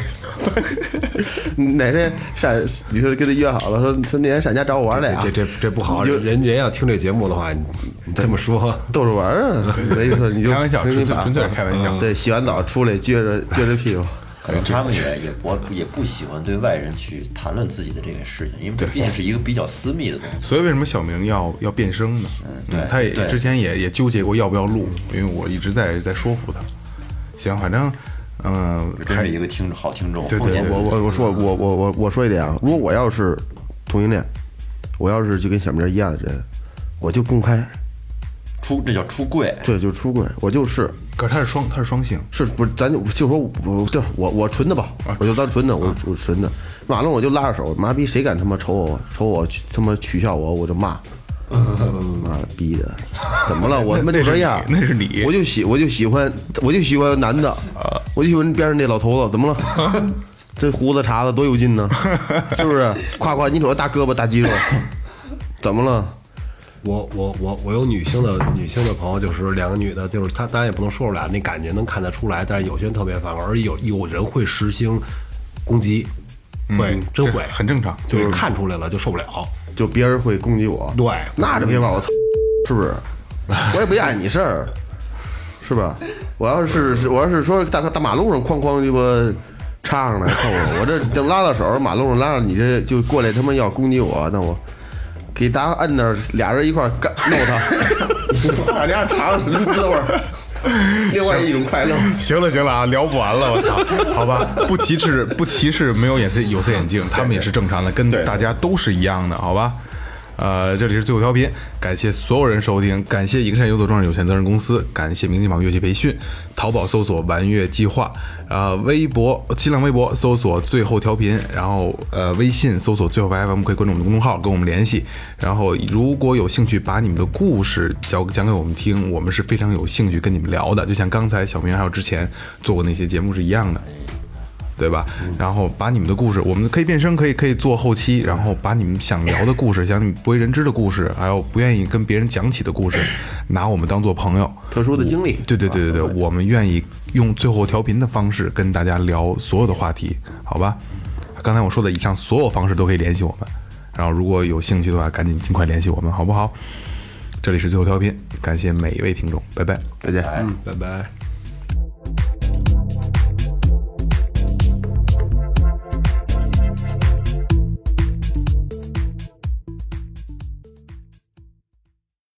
E: 哪天闪，你说跟他约好了，说他那天闪家找我玩来啊，
F: 这这这不好，
E: 你就
F: 人人要听这节目的话，你你这么说，
E: 逗着玩儿啊，没意思，你就
D: 开玩笑
E: 随你
D: 纯粹
E: 把
D: 纯粹是开玩笑
E: 对，洗完澡出来撅着撅着屁股，
C: 可能他们也也不也不喜欢对外人去谈论自己的这个事情，因为这毕竟是一个比较私密的东西。
D: 所以为什么小明要要变声呢？嗯
C: 对
D: 他也
C: 对
D: 之前也也纠结过要不要录，因为我一直在在说服他。行，反正嗯，
C: 真
D: 还
C: 是一个听众好听众，
D: 对
C: 奉
D: 对
C: 献
D: 对
C: 自
E: 我
C: 己。
E: 我我说我我我我说一点啊，如果我要是同性恋，我要是就跟小明一样的人，我就公开，
C: 出这叫出柜，
E: 对，就出柜，我就是
D: 可是他是双他是双性，
E: 是不是？咱就就说我，我就是我我纯的吧，
D: 啊
E: 我就当纯的，我我纯的。完了我就拉着手，妈逼谁敢他妈瞅我瞅我去他妈取笑我，我就骂。
D: 嗯
E: 妈逼的，怎么 了？我他妈就这样，
D: 那是你啊
E: 我就喜我就喜欢我就喜欢男的，我就喜欢边上那老头子，怎么 了？这胡子茬子多有 劲呢，是不是？夸夸，你瞅这大胳膊大肌肉，怎么了？
F: 我我我我有女性的女性的朋友，就是两个女的，就是她当然也不能说出来，那感觉能看得出来，但是有些人特别反感，而有有人会实行攻击，会、真
D: 这
F: 会，
D: 很正常
F: 就是看出来了就受不了。
E: 就别人会攻击我，
F: 对
E: 那这别管 我操，是不是？我也不碍你事儿，是吧？我要是是我要是说大大马路上哐哐鸡巴插上来，看我我 这正拉到手，马路上拉着你这就过来他妈要攻击我，那我给大家摁那儿，俩人一块儿干弄他， 把俩人尝尝这滋味儿，另外一种快 乐。
D: 行了行了啊，聊不完了，我操， 好吧，不歧视不歧视没有眼色有色眼镜，他们也是正常的，跟大家都是一样的，好吧？呃，这里是最后调频，感谢所有人收听，感谢营山游走庄有限责任公司，感谢明星网乐器培训，淘宝搜索“玩乐计划”，呃，微博新浪微博搜索“最后调频”，然后呃，微信搜索“最后 FM”，可以关注我们的公众号，跟我们联系。然后如果有兴趣把你们的故事讲讲给我们听，我们是非常有兴趣跟你们聊的，就像刚才小明还有之前做过那些节目是一样的。对吧？然后把你们的故事，我们可以变声，可以可以做后期，然后把你们想聊的故事，想你们不为人知的故事，还有不愿意跟别人讲起的故事，拿我们当做朋友。
E: 特殊的经历，
D: 对对对对对，我们愿意用最后调频的方式跟大家聊所有的话题，好吧？刚才我说的以上所有方式都可以联系我们，然后如果有兴趣的话，赶紧尽快联系我们，好不好？这里是最后调频，感谢每一位听众，拜拜。
F: 嗯
E: 再见。
F: 拜拜。